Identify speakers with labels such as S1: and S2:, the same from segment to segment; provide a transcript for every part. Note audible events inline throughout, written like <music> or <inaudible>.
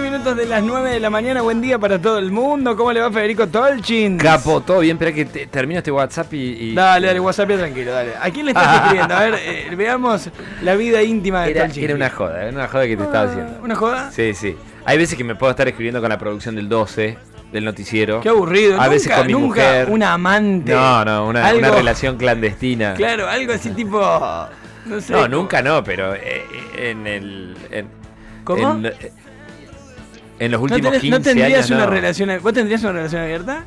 S1: minutos de las 9 de la mañana. Buen día para todo el mundo. ¿Cómo le va Federico Tolchin?
S2: Capo, todo bien. Espera que te- termino este WhatsApp y. y-
S1: Dale, dale, WhatsApp tranquilo, dale. ¿A quién le
S2: <laughs>
S1: estás escribiendo? A ver, eh, veamos la vida íntima de
S2: Era,
S1: Tolchin.
S2: era una joda, era una joda que te
S1: Ah.
S2: estaba haciendo.
S1: ¿Una joda?
S2: Sí, sí. Hay veces que me puedo estar escribiendo con la producción del 12, del noticiero.
S1: Qué aburrido.
S2: A
S1: nunca,
S2: veces con mi
S1: nunca
S2: mujer.
S1: una amante.
S2: No, no, una,
S1: Algo-
S2: una relación clandestina.
S1: Claro, algo así tipo. No sé.
S2: No, nunca no, pero eh, en el. En,
S1: ¿Cómo?
S2: En, eh, en los
S1: ¿No,
S2: últimos
S1: tenés-
S2: 15
S1: no tendrías
S2: años.
S1: una
S2: no.
S1: relación. ¿Vos tendrías una relación abierta?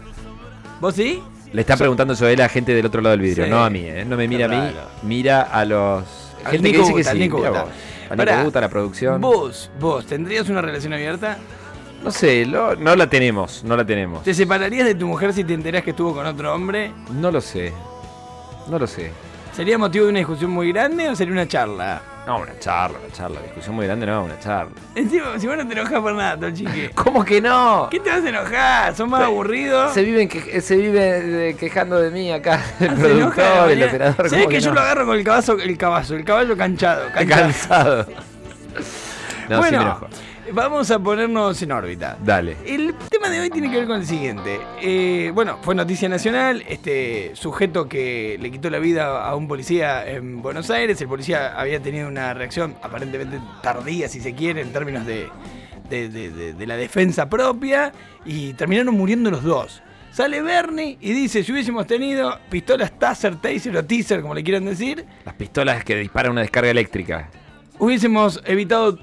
S1: ¿Vos sí?
S2: Le está preguntando sobre la gente del otro lado del vidrio,
S1: Sí.
S2: no a mí, ¿eh? No me mira a mí,
S1: Claro.
S2: mira a los.
S1: Al
S2: gente
S1: Nico
S2: que dice que
S1: Buta, al
S2: sí.
S1: Nico
S2: mira
S1: Buta.
S2: vos. A Nico
S1: Pará.
S2: Buta, la producción.
S1: ¿Vos, vos, tendrías una relación abierta?
S2: No sé, lo- no la tenemos, no la tenemos.
S1: ¿Te separarías de tu mujer si te enterás que estuvo con otro hombre?
S2: No lo sé. No lo sé.
S1: ¿Sería motivo de una discusión muy grande o sería una charla?
S2: No, una charla, una charla. Discusión muy grande, no, una charla.
S1: Encima, si vos no te enojas por nada, Tolchique.
S2: ¿Cómo que no?
S1: ¿Qué te vas a enojar? ¿Son más aburridos?
S2: Se viven, que- se vive eh, quejando de mí acá el
S1: Ah, se enoja de la
S2: productor, el
S1: mañana.
S2: operador.
S1: ¿Sabés
S2: ¿cómo
S1: que, yo
S2: no?
S1: lo agarro con el caballo, el caballo, el caballo canchado? canchado.
S2: <laughs> cansado. No, sí me
S1: bueno,
S2: enojo.
S1: vamos a ponernos en órbita.
S2: Dale.
S1: El tema de hoy tiene que ver con el siguiente. Eh, bueno, fue noticia nacional, este sujeto que le quitó la vida a un policía en Buenos Aires, el policía había tenido una reacción aparentemente tardía, si se quiere, en términos de, de- de- de- de la defensa propia, y terminaron muriendo los dos. Sale Bernie y dice, si hubiésemos tenido pistolas Taser, Taser o Teaser, como le quieran decir,
S2: Las pistolas que disparan una descarga eléctrica.
S1: hubiésemos evitado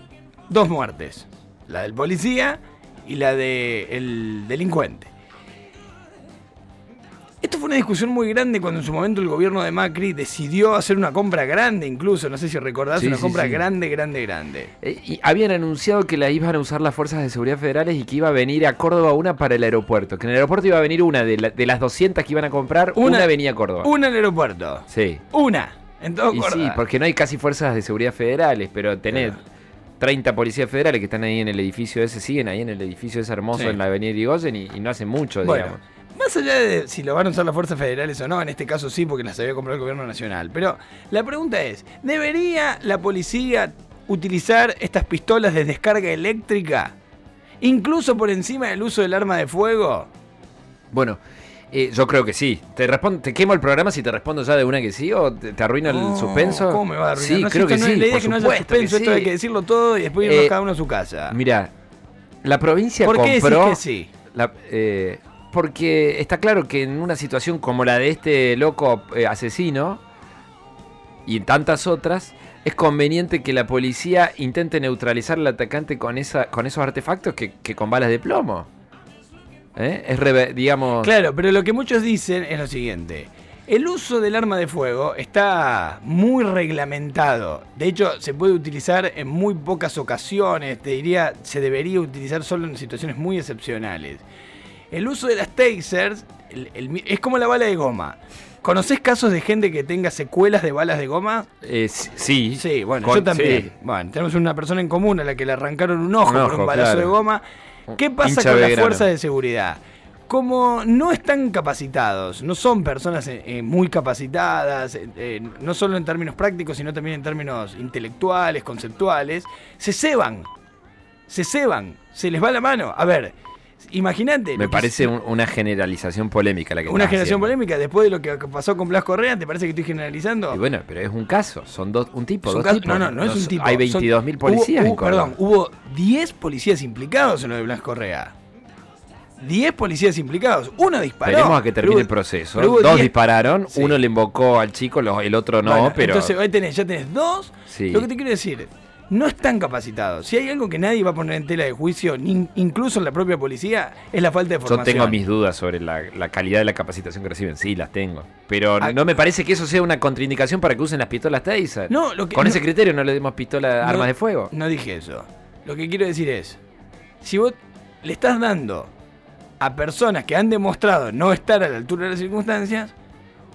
S1: dos muertes. La del policía y la del delincuente. Esto fue una discusión muy grande cuando en su momento el gobierno de Macri decidió hacer una compra grande, incluso, no sé si recordás,
S2: Sí,
S1: una
S2: sí,
S1: compra
S2: sí.
S1: grande, grande, grande.
S2: Eh, Y habían anunciado que la iban a usar las fuerzas de seguridad federales y que iba a venir a Córdoba una para el aeropuerto. Que en el aeropuerto iba a venir una de, la- de las 200 que iban a comprar, una, venía a Córdoba.
S1: Una en el aeropuerto.
S2: Sí.
S1: Una. En todo
S2: Y sí,
S1: Córdoba.
S2: porque no hay casi fuerzas de seguridad federales, pero tenés
S1: Claro.
S2: 30 policías federales que están ahí en el edificio ese, siguen ahí en el edificio ese hermoso
S1: Sí.
S2: en la avenida Irigoyen y, y no hace mucho,
S1: Bueno,
S2: digamos.
S1: más allá de si lo van a usar las fuerzas federales o no, en este caso sí, porque las había comprado el gobierno nacional. Pero la pregunta es: ¿debería la policía utilizar estas pistolas de descarga eléctrica? Incluso por encima del uso del arma de fuego.
S2: Bueno, eh, yo creo que sí. ¿Te, respon- ¿Te quemo el programa si te respondo ya de una que sí o te, te arruino
S1: No,
S2: el suspenso?
S1: ¿Cómo me va a arruinar?
S2: Sí,
S1: No, si
S2: creo
S1: esto
S2: que
S1: no
S2: sí.
S1: es- La idea
S2: por
S1: es que no haya
S2: supuesto
S1: suspenso, esto
S2: sí.
S1: hay que decirlo todo y después irnos
S2: Eh,
S1: cada uno a su casa.
S2: Mira, la provincia
S1: ¿Por qué decís
S2: compró.
S1: que sí?
S2: la- eh, porque está claro que en una situación como la de este loco eh, asesino y en tantas otras, es conveniente que la policía intente neutralizar al atacante con, esa, con esos artefactos que, que con balas de plomo. ¿Eh? Es, reve- digamos,
S1: Claro, pero lo que muchos dicen es lo siguiente. El uso del arma de fuego está muy reglamentado. De hecho, se puede utilizar en muy pocas ocasiones. Te diría, se debería utilizar solo en situaciones muy excepcionales. El uso de las tasers el- el mi- es como la bala de goma. ¿Conocés casos de gente que tenga secuelas de balas de goma?
S2: eh, s- sí.
S1: Sí, bueno,
S2: Con-
S1: yo también.
S2: sí.
S1: Bueno, tenemos una persona en común a la que le arrancaron un ojo,
S2: Un
S1: por un
S2: ojo,
S1: balazo de
S2: claro.
S1: goma. ¿Qué pasa
S2: Hincha
S1: con las
S2: Belgrano.
S1: fuerzas de seguridad? Como no están capacitados, no son personas eh, eh, muy capacitadas, eh, eh, no solo en términos prácticos, sino también en términos intelectuales, conceptuales, se ceban, se ceban, se les va la mano. A ver, imagínate. lo
S2: Me
S1: que-
S2: parece un- una generalización polémica la que
S1: Una
S2: estás
S1: generación
S2: haciendo.
S1: polémica, después de lo que pasó con Blas Correa, ¿te parece que estoy generalizando?
S2: Y bueno, pero es un caso, son dos, un tipo,
S1: Es un
S2: dos
S1: caso- no,
S2: tipos.
S1: no, no es un
S2: son-
S1: tipo.
S2: Hay
S1: son-
S2: 22.000 policías
S1: hubo-
S2: en
S1: hubo-
S2: Córdoba.
S1: Perdón, hubo 10 policías implicados en lo de Blas Correa. 10 policías implicados. Uno disparó.
S2: Esperemos a que termine
S1: Pero hubo-
S2: el proceso.
S1: pero hubo
S2: Dos
S1: 10
S2: dispararon,
S1: Sí.
S2: uno le invocó al chico, lo- el otro no,
S1: Bueno,
S2: pero.
S1: Entonces, ahí tenés, ya tenés dos.
S2: Sí.
S1: Lo que te quiero decir, no están capacitados. Si hay algo que nadie va a poner en tela de juicio, ni- incluso en la propia policía, es la falta de
S2: yo
S1: formación.
S2: tengo mis dudas sobre la, la calidad de la capacitación que reciben. Sí, las tengo. Pero
S1: Ah,
S2: no me parece que eso sea una contraindicación para que usen las pistolas Taser.
S1: No, lo que-
S2: Con
S1: no-
S2: ese criterio no le demos pistola
S1: No-
S2: armas de fuego.
S1: No dije eso. Lo que quiero decir es, si vos le estás dando a personas que han demostrado no estar a la altura de las circunstancias,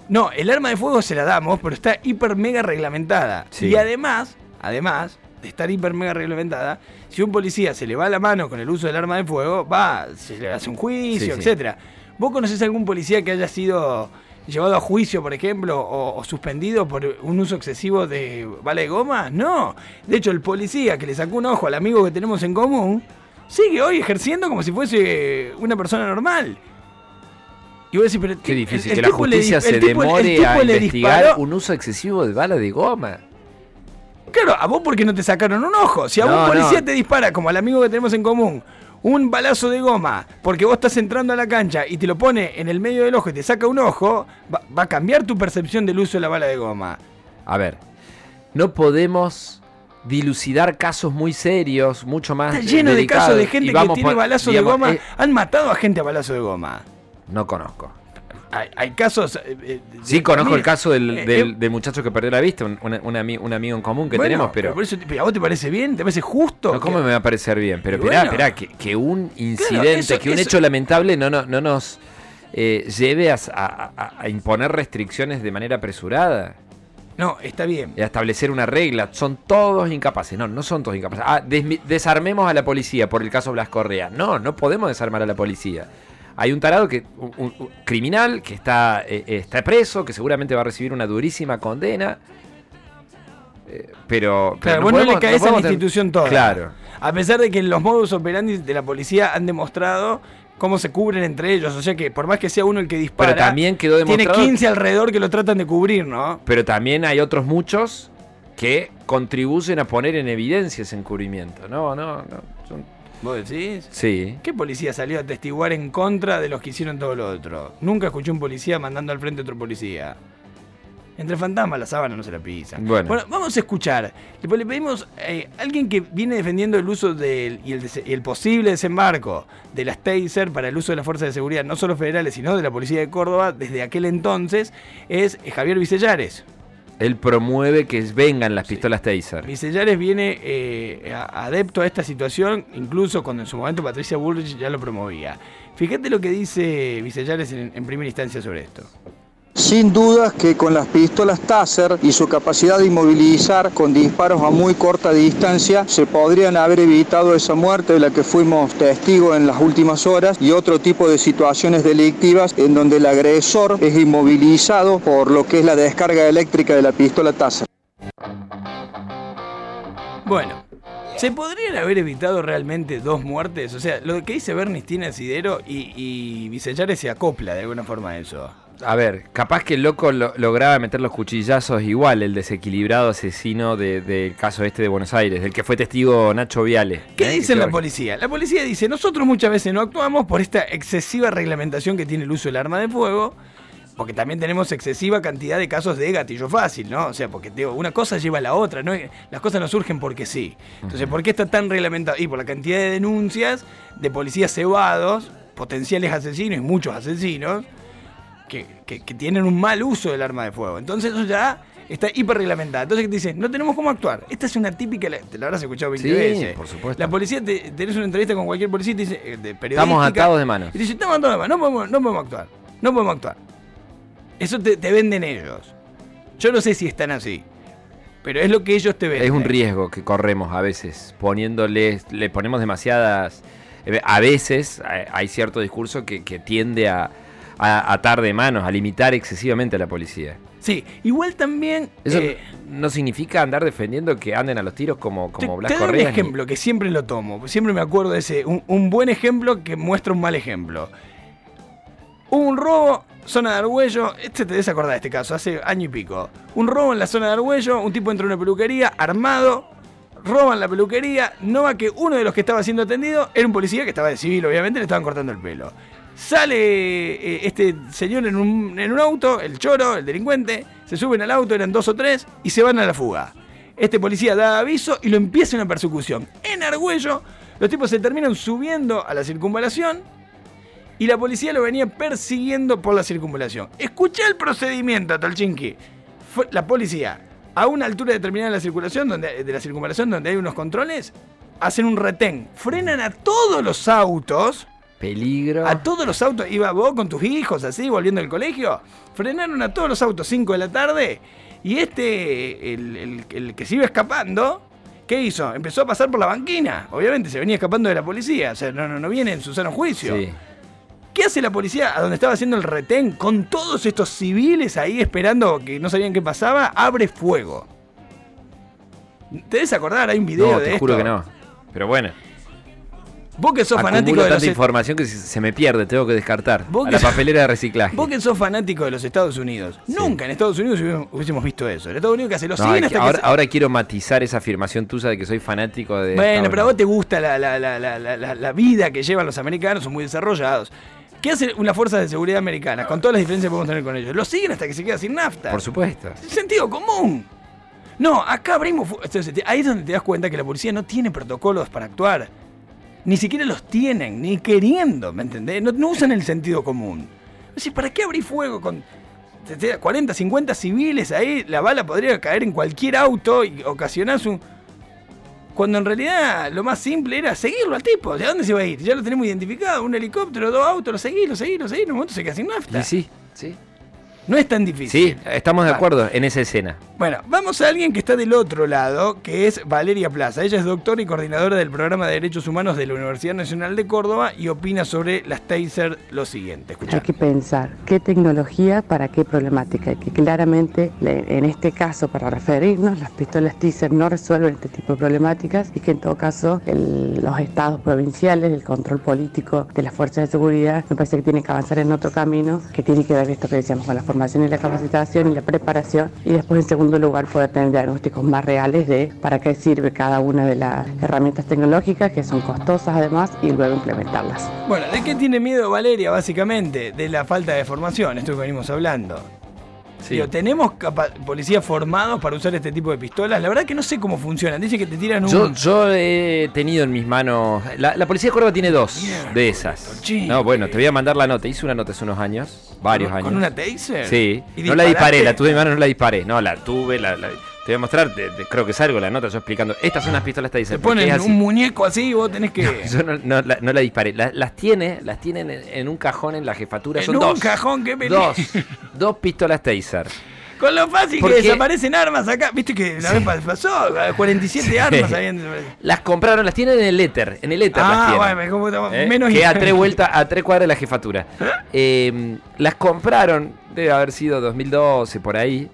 S1: no, el arma de fuego se la damos, pero está hiper mega reglamentada.
S2: Sí.
S1: Y además, además de estar hiper mega reglamentada, si un policía se le va la mano con el uso del arma de fuego, va, se le hace un juicio,
S2: Sí, sí.
S1: etcétera. ¿Vos conocés algún policía que haya sido llevado a juicio, por ejemplo, o, o suspendido por un uso excesivo de bala de goma? No. De hecho, el policía que le sacó un ojo al amigo que tenemos en común sigue hoy ejerciendo como si fuese una persona normal. Y vos decís, pero el
S2: Qué
S1: ti-
S2: difícil
S1: el-
S2: que
S1: el
S2: la
S1: tipo le di-
S2: justicia
S1: el
S2: se
S1: tipo- el
S2: demore
S1: tipo
S2: a
S1: le
S2: investigar
S1: disparó-
S2: un uso excesivo de bala de goma.
S1: Claro, a vos porque no te sacaron un ojo. Si a
S2: No,
S1: un policía
S2: no.
S1: te dispara, como al amigo que tenemos en común, un balazo de goma, porque vos estás entrando a la cancha y te lo pone en el medio del ojo y te saca un ojo, va, va a cambiar tu percepción del uso de la bala de goma.
S2: A ver, no podemos dilucidar casos muy serios, mucho más.
S1: Está lleno de casos de
S2: delicados, y
S1: gente que
S2: vamos
S1: tiene
S2: por-
S1: balazo
S2: digamos,
S1: de goma.
S2: eh,
S1: Han matado a gente a balazo de goma.
S2: no conozco.
S1: Hay, hay casos. eh, eh,
S2: Sí,
S1: de-
S2: conozco el
S1: mira,
S2: caso del,
S1: eh,
S2: del-
S1: eh,
S2: del muchacho que perdió la vista, un, un- un ami- un amigo en común que
S1: bueno, eh,
S2: tenemos, pero.
S1: por eso te- ¿A vos te parece bien? ¿Te parece justo?
S2: no, ¿Cómo
S1: Que-
S2: me va a parecer bien? Pero
S1: Y
S2: esperá,
S1: bueno.
S2: esperá, que, que un incidente,
S1: eso-
S2: que un
S1: eso-
S2: hecho lamentable no, no, no nos eh, lleve a, a- a- a imponer restricciones de manera apresurada
S1: No, está bien.
S2: y a establecer una regla. Son todos incapaces. No, no son todos incapaces. Ah, desmi- desarmemos a la policía por el caso Blas Correa. No, no podemos desarmar a la policía. Hay un tarado que, un, un- un criminal que está, eh, eh, está preso, que seguramente va a recibir una durísima condena. Eh, pero, pero
S1: Claro,
S2: no
S1: vos no le
S2: podemos- no
S1: caes a la
S2: podemos tener-
S1: institución toda.
S2: Claro.
S1: A pesar de que los modus operandi de la policía han demostrado cómo se cubren entre ellos. O sea que por más que sea uno el que dispara,
S2: Pero también quedó
S1: tiene
S2: demostrado
S1: 15 alrededor que lo tratan de cubrir, ¿no?
S2: pero también hay otros muchos que contribuyen a poner en evidencia ese encubrimiento. No, no, no. son-
S1: ¿Vos decís?
S2: Sí.
S1: ¿Qué policía salió a testiguar en contra de los que hicieron todo lo otro? Nunca escuché un policía mandando al frente a otro policía. Entre fantasmas la sábana no se la pisa.
S2: Bueno.
S1: vamos a escuchar. Le, le pedimos eh, a alguien que viene defendiendo el uso del, y, el, dese- y el posible desembarco de las Taser para el uso de las fuerzas de seguridad, no solo federales, sino de la Policía de Córdoba desde aquel entonces, es eh, Javier Vicellares.
S2: Él promueve que vengan las pistolas Taser.
S1: Vicellares viene eh, a- adepto a esta situación, incluso cuando en su momento Patricia Bullrich ya lo promovía. Fíjate lo que dice Vicellares en, en primera instancia sobre esto.
S3: Sin dudas que con las pistolas Taser y su capacidad de inmovilizar con disparos a muy corta distancia se podrían haber evitado esa muerte de la que fuimos testigos en las últimas horas y otro tipo de situaciones delictivas en donde el agresor es inmovilizado por lo que es la descarga eléctrica de la pistola Taser.
S1: Bueno, ¿se podrían haber evitado realmente dos muertes? O sea, lo que dice Bernistina Sidero y, y Vicellares se acopla de alguna forma a eso.
S2: A ver, capaz que el loco lo- lograba meter los cuchillazos igual, el desequilibrado asesino de- del caso este de Buenos Aires, del que fue testigo Nacho Viale.
S1: ¿Qué
S2: ¿eh?
S1: dice
S2: Que-
S1: la policía? La policía dice, nosotros muchas veces no actuamos por esta excesiva reglamentación que tiene el uso del arma de fuego, porque también tenemos excesiva cantidad de casos de gatillo fácil, ¿no? O sea, porque digo, una cosa lleva a la otra, ¿no? Las cosas no surgen porque sí. Entonces, ¿por qué está tan reglamentado? Y por la cantidad de denuncias de policías cebados, potenciales asesinos y muchos asesinos, que, que- que tienen un mal uso del arma de fuego. Entonces eso ya está hiperreglamentado. Entonces te dicen, no tenemos cómo actuar. Esta es una típica, la- te la habrás escuchado 20
S2: Sí,
S1: veces.
S2: por supuesto.
S1: La policía, te, tenés una entrevista con cualquier policía y te dice, eh, de periodística,
S2: Estamos atados de manos.
S1: Y te dice, estamos atados de manos, no podemos, no podemos actuar. No podemos actuar. Eso te, te venden ellos. Yo no sé si están así. Pero es lo que ellos te venden.
S2: Es un riesgo que corremos a veces, poniéndoles, le ponemos demasiadas... eh, A veces eh, hay cierto discurso que, que tiende a, a atar de manos, a limitar excesivamente a la policía.
S1: Sí, igual también...
S2: Eso
S1: eh,
S2: no significa andar defendiendo que anden a los tiros como, como
S1: te,
S2: Blas
S1: te doy
S2: Correa.
S1: un ejemplo que siempre lo tomo, siempre me acuerdo de ese, un, un buen ejemplo que muestra un mal ejemplo. Hubo un robo, zona de Argüello, este te debes acordar de este caso, hace año y pico. Un robo en la zona de Argüello, un tipo entra en una peluquería armado, roban la peluquería, no va que uno de los que estaba siendo atendido era un policía que estaba de civil, obviamente, le estaban cortando el pelo. Sale eh, este señor en un, en un auto, el choro, el delincuente, se suben al auto, eran dos o tres, y se van a la fuga. Este policía da aviso y lo empieza una persecución. En Argüello, los tipos se terminan subiendo a la circunvalación y la policía lo venía persiguiendo por la circunvalación. Escuché el procedimiento, Tolchinki. Fue la policía, a una altura determinada de la, circulación donde, de la circunvalación donde hay unos controles, hacen un retén. Frenan a todos los autos.
S2: Peligro.
S1: A todos los autos, iba vos con tus hijos así, volviendo del colegio. Frenaron a todos los autos 5 de la tarde. Y este, el, el- el que se iba escapando, ¿qué hizo? Empezó a pasar por la banquina. Obviamente se venía escapando de la policía. O sea, no, no, no viene en su sano juicio.
S2: Sí.
S1: ¿Qué hace la policía a donde estaba haciendo el retén con todos estos civiles ahí esperando que no sabían qué pasaba? Abre fuego. ¿Te debes acordar? Hay un video
S2: No,
S1: de
S2: te juro
S1: esto.
S2: que no. Pero bueno,
S1: Vos que sos
S2: Acumulo
S1: fanático de
S2: tanta
S1: los e- est-
S2: información que se- se me pierde, tengo que descartar.
S1: Vos
S2: A
S1: que-
S2: la papelera de reciclaje.
S1: Vos que sos fanático de los Estados Unidos.
S2: Sí.
S1: Nunca en Estados Unidos hubiéramos- hubiésemos visto eso. En Estados Unidos que se lo
S2: No,
S1: siguen
S2: hay que-
S1: hasta que
S2: ahora,
S1: se-
S2: ahora quiero matizar esa afirmación tuya de que soy fanático de.
S1: Bueno,
S2: Estados
S1: pero a vos
S2: Unidos.
S1: te gusta la, la- la- la- la- la- la vida que llevan los americanos, son muy desarrollados. ¿Qué hace una fuerza de seguridad americana? Con todas las diferencias que podemos tener con ellos. Los siguen hasta que se queda sin nafta.
S2: Por supuesto.
S1: Sentido común. No, acá abrimos. fu- Entonces, te- ahí es donde te das cuenta que la policía no tiene protocolos para actuar. Ni siquiera los tienen, ni queriendo, ¿me entendés? No, no usan el sentido común. Es decir, ¿para qué abrir fuego con te- te- 40, 50 civiles ahí? La bala podría caer en cualquier auto y ocasionás un. Cuando en realidad lo más simple era seguirlo al tipo. ¿De dónde se va a ir? Ya lo tenemos identificado: un helicóptero, dos autos, lo seguís, lo seguís, lo seguís. En un momento se queda sin nafta.
S2: Y sí, sí.
S1: No es tan difícil.
S2: Sí, estamos de acuerdo en esa escena.
S1: Bueno, vamos a alguien que está del otro lado, que es Valeria Plaza. Ella es doctora y coordinadora del programa de Derechos Humanos de la Universidad Nacional de Córdoba y opina sobre las taser lo siguiente.
S4: Hay
S1: Escucha.
S4: que pensar qué tecnología para qué problemática. Y que claramente, le- en este caso, para referirnos, las pistolas teaser no resuelven este tipo de problemáticas y que en todo caso el- los estados provinciales, el control político de las fuerzas de seguridad, me parece que tienen que avanzar en otro camino que tiene que ver esto que decíamos con la formación y la capacitación y la preparación. Y después, en segundo lugar, poder tener diagnósticos más reales de para qué sirve cada una de las herramientas tecnológicas, que son costosas además, y luego implementarlas.
S1: Bueno, ¿de qué tiene miedo Valeria, básicamente? De la falta de formación, esto que venimos hablando.
S2: Sí.
S1: Digo, ¿Tenemos capa- policías formados para usar este tipo de pistolas? La verdad que no sé cómo funcionan. Dicen que te tiran un...
S2: Yo, yo he tenido en mis manos. La, la policía de Córdoba tiene dos de esas.
S1: Torchín.
S2: No, bueno, te voy a mandar la nota. Hice una nota hace unos años, varios
S1: con,
S2: años.
S1: ¿Con una taser?
S2: Sí.
S1: ¿Y
S2: No la disparé,
S1: disparaste?
S2: la tuve en mano, no la disparé. No, la tuve, la. la- Te voy a mostrar, te- te- creo que salgo la nota yo explicando. Estas son las pistolas que
S1: Te
S2: dicen.
S1: ponen un muñeco así y vos tenés que...
S2: Yo <laughs> no, no la, no la disparé. La- las tiene, las tienen en, en un cajón en la jefatura.
S1: En
S2: Son
S1: un
S2: dos.
S1: cajón, qué peli-
S2: Dos. Dos pistolas Taser.
S1: Con lo fácil que
S2: Porque-
S1: desaparecen armas acá. Viste que la vez pa- pasó, ah, 47 armas habían
S2: <laughs>
S1: desaparecido.
S2: Las compraron, las tienen en el éter. En el éter las
S1: Ah,
S2: tienen.
S1: bueno, me como-
S2: ¿eh?
S1: menos
S2: que a tres vueltas, a tres cuadras de la jefatura. Eh, las compraron, debe haber sido 2012, por ahí.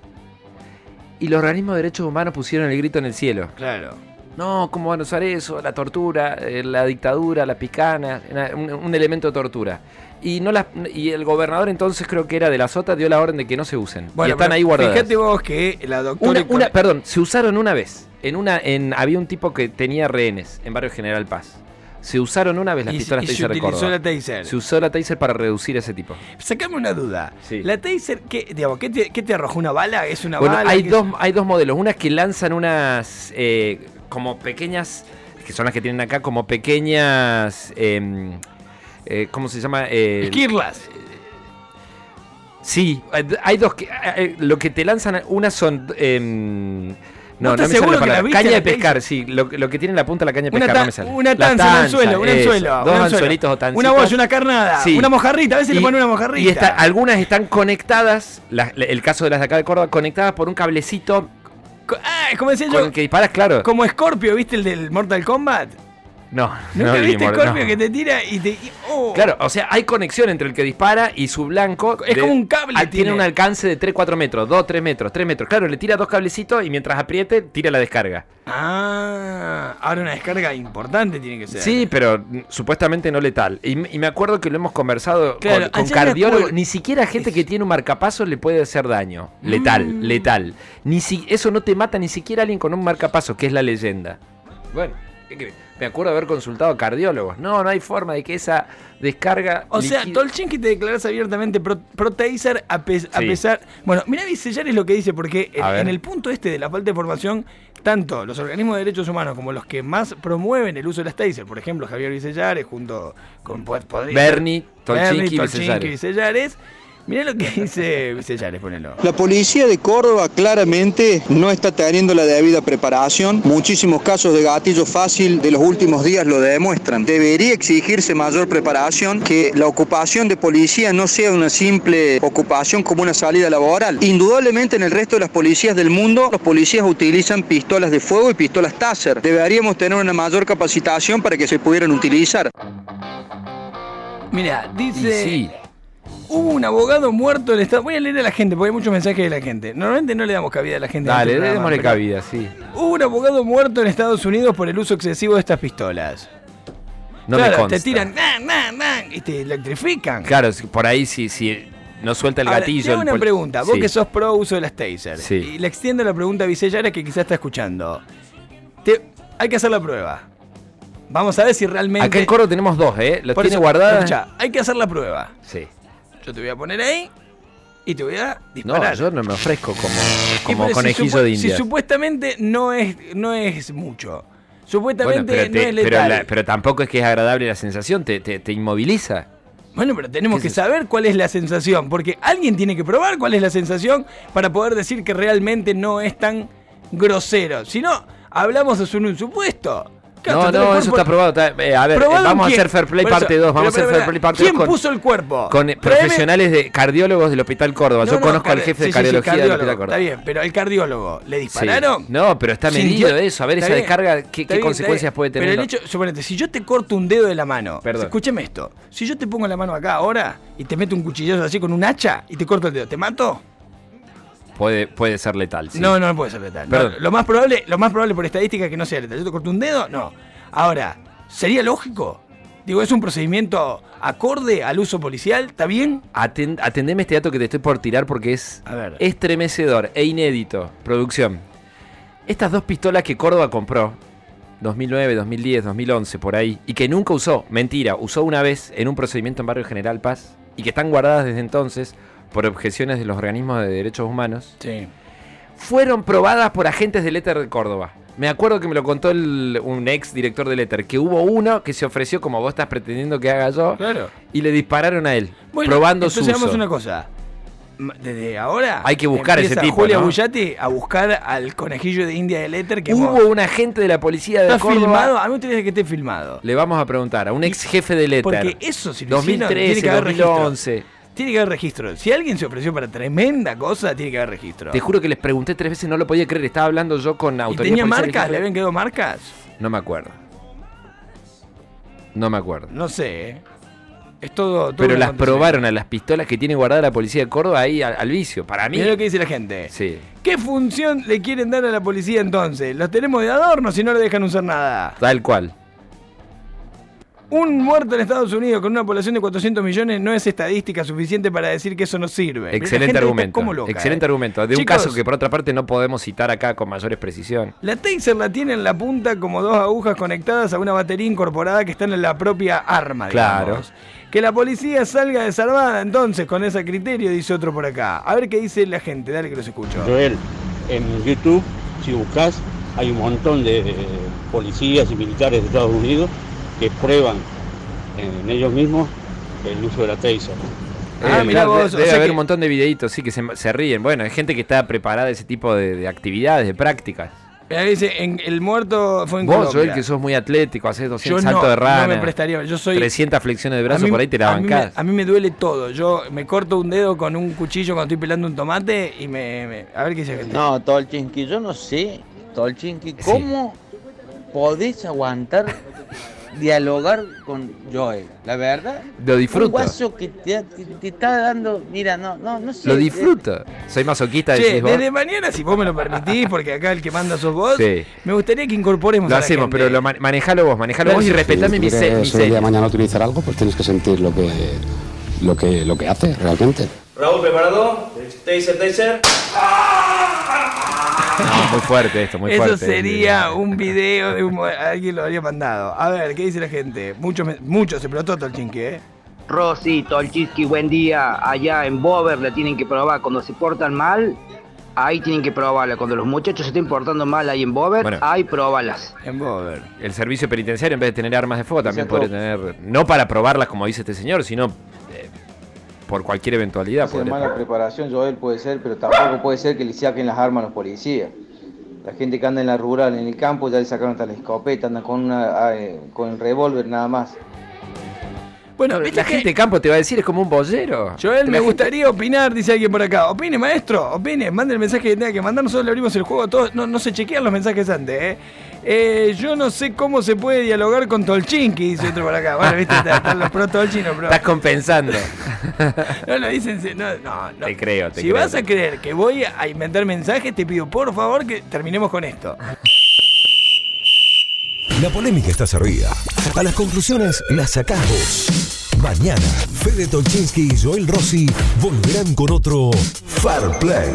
S2: Y los organismos de derechos humanos pusieron el grito en el cielo.
S1: <laughs> Claro.
S2: No, ¿cómo van a usar eso? La tortura, eh, la dictadura, la picana, una- un, un elemento de tortura. Y no las, y el gobernador entonces creo que era de la sota dio la orden de que no se usen. y están
S1: pero
S2: ahí guardadas.
S1: Fíjate vos que la doctora.
S2: Una, una- perdón, se usaron una vez. En una, en, había un tipo que tenía rehenes en barrio General Paz. Se usaron una vez las
S1: y,
S2: pistolas
S1: y se
S2: Taser de
S1: utilizó
S2: Córdoba.
S1: la taser.
S2: Se usó la taser E para reducir ese tipo.
S1: Sacame una duda.
S2: Sí.
S1: La taser, ¿qué, digamos, ¿qué, te, qué te arrojó? ¿Una bala? ¿Es una
S2: bueno,
S1: bala?
S2: hay
S1: ¿Qué-
S2: dos, hay dos modelos. Unas que lanzan unas eh, como pequeñas, que son las que tienen acá, como pequeñas, em, eh, ¿cómo se llama? Eh,
S1: Esquirlas.
S2: sí, hay- hay dos que, eh, eh, lo que te lanzan, unas son... em, no,
S1: ¿Vos
S2: no me
S1: estás
S2: sale
S1: seguro
S2: la
S1: que la
S2: palabra.
S1: viste
S2: Caña
S1: la
S2: de
S1: que
S2: pescar, sí. Lo, lo que tiene en la punta la caña de
S1: Una,
S2: pescar,
S1: ta-
S2: no me sale.
S1: una
S2: La
S1: tanza, un anzuelo, un
S2: eso.
S1: anzuelo.
S2: Dos
S1: un anzuelo.
S2: anzuelitos o tancitas.
S1: Una bolsa, una carnada,
S2: Sí.
S1: una mojarrita. A veces
S2: Y-
S1: le ponen una mojarrita.
S2: Y está- algunas están conectadas, las- el caso de las de acá de Córdoba, conectadas por un cablecito
S1: Co- Ah, como decía
S2: con
S1: yo,
S2: el que disparas, claro.
S1: como Scorpio, ¿viste el del Mortal Kombat?
S2: No,
S1: ¿Nunca
S2: no,
S1: viste
S2: Gilmore,
S1: Scorpio
S2: no.
S1: que te tira y te. y- oh.
S2: Claro, o sea, hay conexión entre el que dispara y su blanco.
S1: Es como un cable
S2: ah, Tiene,
S1: tiene.
S2: un alcance de 3-4 metros, 2-3 metros, 3 metros. Claro, le tira dos cablecitos y mientras apriete, tira la descarga.
S1: Ah, ahora una descarga importante tiene que ser.
S2: Sí, pero mm, supuestamente no letal. Y, m- y me acuerdo que lo hemos conversado
S1: Claro,
S2: con, con
S1: ayer me
S2: cardiólogos.
S1: acuerdo.
S2: Ni siquiera gente que tiene un marcapaso le puede hacer daño. Letal,
S1: Mm.
S2: letal. Ni si- eso no te mata ni siquiera alguien con un marcapaso, que es la leyenda. Bueno, ¿qué crees? me acuerdo haber consultado a cardiólogos. No, no hay forma de que esa descarga.
S1: O sea,
S2: liquide-
S1: Tolchen que te declaras abiertamente pro, pro taser a, pes- a
S2: Sí.
S1: pesar. Bueno, mirá Vicellar es lo que dice, porque en,
S2: A ver.
S1: en el punto este de la falta de formación, tanto los organismos de derechos humanos como los que más promueven el uso de las taser, por ejemplo, Javier Vicellares junto con pod- podría-
S2: Bernie, Tolchinki y
S1: Bernie,
S2: Vicellares.
S1: Vicellares. Mirá lo que dice Vicellares, ponelo.
S3: La policía de Córdoba claramente no está teniendo la debida preparación. Muchísimos casos de gatillo fácil de los últimos días lo demuestran. Debería exigirse mayor preparación, que la ocupación de policía no sea una simple ocupación como una salida laboral. Indudablemente en el resto de las policías del mundo, los policías utilizan pistolas de fuego y pistolas táser. Deberíamos tener una mayor capacitación para que se pudieran utilizar.
S1: Mira,
S2: Y
S1: dice.
S2: sí.
S1: Hubo un abogado muerto en Estados Voy a leer a la gente, porque hay muchos mensajes de la gente. Normalmente no le damos cabida a la gente. en
S2: Dale,
S1: este programa,
S2: démosle
S1: pero
S2: cabida, sí.
S1: Hubo un abogado muerto en Estados Unidos por el uso excesivo de estas pistolas.
S2: No me
S1: claro,
S2: consta.
S1: te tiran nan, nan, nan, y te electrifican.
S2: Claro, si- por ahí si, si no suelta el
S1: Ahora,
S2: gatillo.
S1: Te hago
S2: el
S1: una
S2: pol-
S1: pregunta. Vos
S2: Sí.
S1: que sos pro uso de las taser.
S2: Sí.
S1: Y le extiendo la pregunta a Vicellana que quizás está escuchando. Te- hay que hacer la prueba. Vamos a ver si realmente.
S2: Acá en Coro tenemos dos, ¿eh? Los
S1: Por
S2: tiene
S1: eso,
S2: guardadas.
S1: escuchá, hay que hacer la prueba.
S2: Sí.
S1: Yo te voy a poner ahí y te voy a
S2: No,
S1: disparar.
S2: yo no me ofrezco como,
S1: Y
S2: como
S1: pero si
S2: conejillo
S1: supu-
S2: de
S1: Si
S2: indias.
S1: supuestamente no es, no es mucho.
S2: Bueno,
S1: Supuestamente
S2: pero,
S1: no
S2: te-
S1: es
S2: pero
S1: letal.
S2: la- pero tampoco es que es agradable la sensación, te, te- te inmoviliza.
S1: Bueno, pero tenemos
S2: ¿Qué
S1: que
S2: es eso?
S1: saber cuál es la sensación, porque alguien tiene que probar cuál es la sensación para poder decir que realmente no es tan grosero. Si no, hablamos de su- un supuesto. Claro,
S2: No,
S1: total, el
S2: no,
S1: cuerpo-
S2: eso está probado. está- eh, a ver, eh,
S1: ¿Probado
S2: vamos a
S1: quién?
S2: hacer Fair Play
S1: Por eso,
S2: parte 2, vamos a
S1: pero,
S2: hacer
S1: pero,
S2: Fair Play parte 2
S1: ¿Quién
S2: con,
S1: puso el cuerpo?
S2: con, eh,
S1: Tráeme-
S2: profesionales de cardiólogos del Hospital Córdoba.
S1: No,
S2: Yo
S1: no,
S2: conozco al
S1: cardi-
S2: jefe
S1: sí, sí,
S2: de
S1: sí,
S2: cardiología del
S1: cardiólogo,
S2: Hospital Córdoba.
S1: Está bien, pero el cardiólogo, ¿le
S2: Sí.
S1: dispararon?
S2: No, pero está medido
S1: Sintió-
S2: eso. A ver,
S1: Está
S2: esa
S1: bien.
S2: descarga, ¿qué,
S1: Está
S2: qué
S1: bien, está
S2: consecuencias
S1: bien.
S2: puede tener?
S1: Pero el hecho, suponete, si yo te corto un dedo de la mano,
S2: Perdón.
S1: escúchame esto, si yo te pongo la mano acá ahora y te meto un cuchillazo así con un hacha y te corto el dedo, ¿te mato?
S2: puede, puede ser letal. sí.
S1: No, no, no puede ser letal.
S2: Perdón.
S1: No, lo, más probable, lo más probable por estadística es que no sea letal. Yo te corto un dedo, no. Ahora, ¿sería lógico? Digo, ¿es un procedimiento acorde al uso policial? ¿Está bien?
S2: Aten- atendeme este dato que te estoy por tirar porque es
S1: A ver.
S2: estremecedor e inédito. Producción. Estas dos pistolas que Córdoba compró, 2009, 2010, 2011, por ahí, y que nunca usó, mentira, usó una vez en un procedimiento en Barrio General Paz, y que están guardadas desde entonces por objeciones de los organismos de derechos humanos,
S1: Sí.
S2: fueron probadas por agentes del Éter de Córdoba. Me acuerdo que me lo contó el- un ex director del Éter, que hubo uno que se ofreció como vos estás pretendiendo que haga yo,
S1: Claro.
S2: y le dispararon a él,
S1: Bueno,
S2: probando su
S1: entonces hagamos
S2: uso.
S1: una cosa. M- Desde ahora
S2: Hay que buscar
S1: empieza
S2: ese tipo,
S1: Julia
S2: ¿no?
S1: Bullati a buscar al conejillo de India del Éter que mo-
S2: Hubo un agente de la policía de
S1: está
S2: Córdoba.
S1: filmado. A mí me interesa que esté filmado.
S2: Le vamos a preguntar a un ex jefe del ETA.
S1: Porque eso si lo hicieron,
S2: 2013,
S1: tiene que haber registro.
S2: 2011.
S1: Tiene que haber registro. Si alguien se ofreció para tremenda cosa, tiene que haber registro.
S2: Te juro que les pregunté tres veces, no lo podía creer. Estaba hablando yo con
S1: ¿Y
S2: autoridad.
S1: tenía marcas? ¿Le habían quedado marcas?
S2: No me acuerdo. No me acuerdo.
S1: No sé. ¿eh? Es todo. todo
S2: Pero
S1: un
S2: las
S1: acontecimiento.
S2: probaron a las pistolas que tiene guardada la policía de Córdoba ahí al, al vicio. Para mí.
S1: Mirá lo que dice la gente.
S2: Sí.
S1: ¿Qué función le quieren dar a la policía entonces? Los tenemos de adorno si no le dejan usar nada.
S2: Tal cual.
S1: Un muerto en Estados Unidos con una población de 400 millones no es estadística suficiente para decir que eso no sirve. Mirá, la gente
S2: Excelente
S1: está
S2: argumento.
S1: como loca,
S2: Excelente
S1: eh.
S2: argumento. De un
S1: Chicos,
S2: caso que por otra parte no podemos citar acá con mayores precisión.
S1: La taser la tiene en la punta como dos agujas conectadas a una batería incorporada que están en la propia arma.
S2: Claro.
S1: digamos. Que la policía salga desarmada entonces con ese criterio, dice otro por acá. A ver qué dice la gente, dale que los escucho.
S5: Joel, en YouTube, si buscas, hay un montón de eh, policías y militares de Estados Unidos que prueban en ellos mismos el uso de la taser.
S1: Ah,
S2: Eh,
S1: mirá
S2: claro, de-
S1: vos, o
S2: Debe
S1: sea
S2: haber
S1: que-
S2: un montón de videitos, sí, que se, se ríen. Bueno, hay gente que está preparada a ese tipo de, de actividades, de prácticas.
S1: Mirá, Eh, dice, en- el muerto fue en
S2: Vos,
S1: Colombia.
S2: Joel, que sos muy atlético, haces
S1: Yo
S2: 200
S1: no,
S2: saltos de
S1: no
S2: rana,
S1: me prestaría, yo soy...
S2: 300 flexiones de brazo,
S1: a mí-
S2: por ahí te la
S1: a mí me-
S2: bancás.
S1: A mí, me duele todo. Yo me corto un dedo con un cuchillo cuando estoy pelando un tomate y me... me- a ver qué dice la gente.
S6: No, Tolchinki, yo no sé, Tolchinki,
S2: Sí.
S6: ¿cómo podés aguantar dialogar con Joel? La verdad,
S2: Lo disfruto.
S6: Un guaso que te, que te está dando, mira, no, no, no sé.
S2: Lo
S7: Eh,
S2: disfruto. Soy masoquista,
S1: Che,
S2: decís vos.
S1: desde mañana, si vos me lo permitís, porque acá el que manda sos vos,
S2: Sí.
S1: me gustaría que incorporemos
S2: Lo
S1: a la
S2: hacemos,
S1: gente.
S2: pero lo man- manejalo vos, manejalo vos y
S1: Gracias.
S2: respetame
S8: si
S2: mi, se- mi
S8: quieres un día
S2: serie.
S8: de mañana utilizar algo, pues tienes que sentir lo que lo que lo que hace realmente.
S9: Raúl, ¿preparado? Taser, taser.
S2: No, muy fuerte esto, muy
S1: Eso
S2: fuerte. eh,
S1: sería un video de un... mo- Alguien lo habría mandado. A ver, ¿qué dice la gente? Mucho, me- mucho se explotó todo el chinque, ¿eh?
S10: Rosy, Tolchiski, buen día. Allá en Bover la tienen que probar. Cuando se portan mal, ahí tienen que probarla. Cuando los muchachos se estén portando mal ahí en Bover,
S2: Bueno.
S10: ahí probalas.
S1: En Bover.
S2: El servicio penitenciario, en vez de tener armas de fuego, también podría tener. No para probarlas, como dice este señor, sino eh, por cualquier eventualidad.
S7: Hace
S2: podría-
S7: mala preparación, Joel, puede ser, pero tampoco puede ser que le saquen las armas a los policías. La gente que anda en la rural, en el campo, ya le sacaron hasta la escopeta, andan con, una, eh, con el revólver nada más.
S1: Bueno,
S2: La gente de campo te va a decir, es como un bollero.
S1: Joel, me gustaría opinar, dice alguien por acá. Opine, maestro, opine, mande el mensaje que tenga que mandar. Nosotros le abrimos el juego a todos. No, no se chequean los mensajes antes, ¿eh? Eh, Yo no sé cómo se puede dialogar con Tolchinki, dice otro por acá. Bueno, viste, está- están los pro Tolchinos, pero.
S2: Estás compensando.
S1: No lo dicen. se- No, no, no.
S2: Te creo, te
S1: Si
S2: creo.
S1: vas a creer que voy a inventar mensajes, te pido por favor que terminemos con esto.
S11: La polémica está servida. A las conclusiones las sacás vos. Mañana, Fede Tolchinsky y Joel Rossi volverán con otro Fair Play.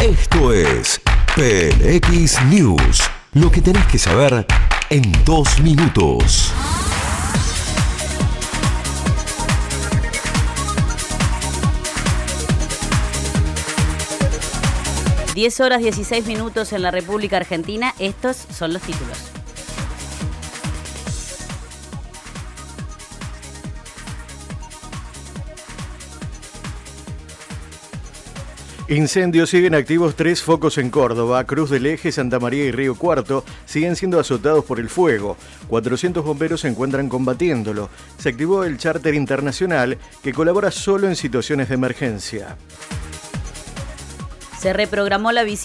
S11: Esto es PLX News. Lo que tenés que saber en dos minutos.
S12: Diez horas 16 minutos en la República Argentina. Estos son los títulos.
S13: Incendios siguen activos tres focos en Córdoba, Cruz del Eje, Santa María y Río Cuarto siguen siendo azotados por el fuego. 400 bomberos se encuentran combatiéndolo. Se activó el charter internacional que colabora solo en situaciones de emergencia.
S12: Se reprogramó la visita.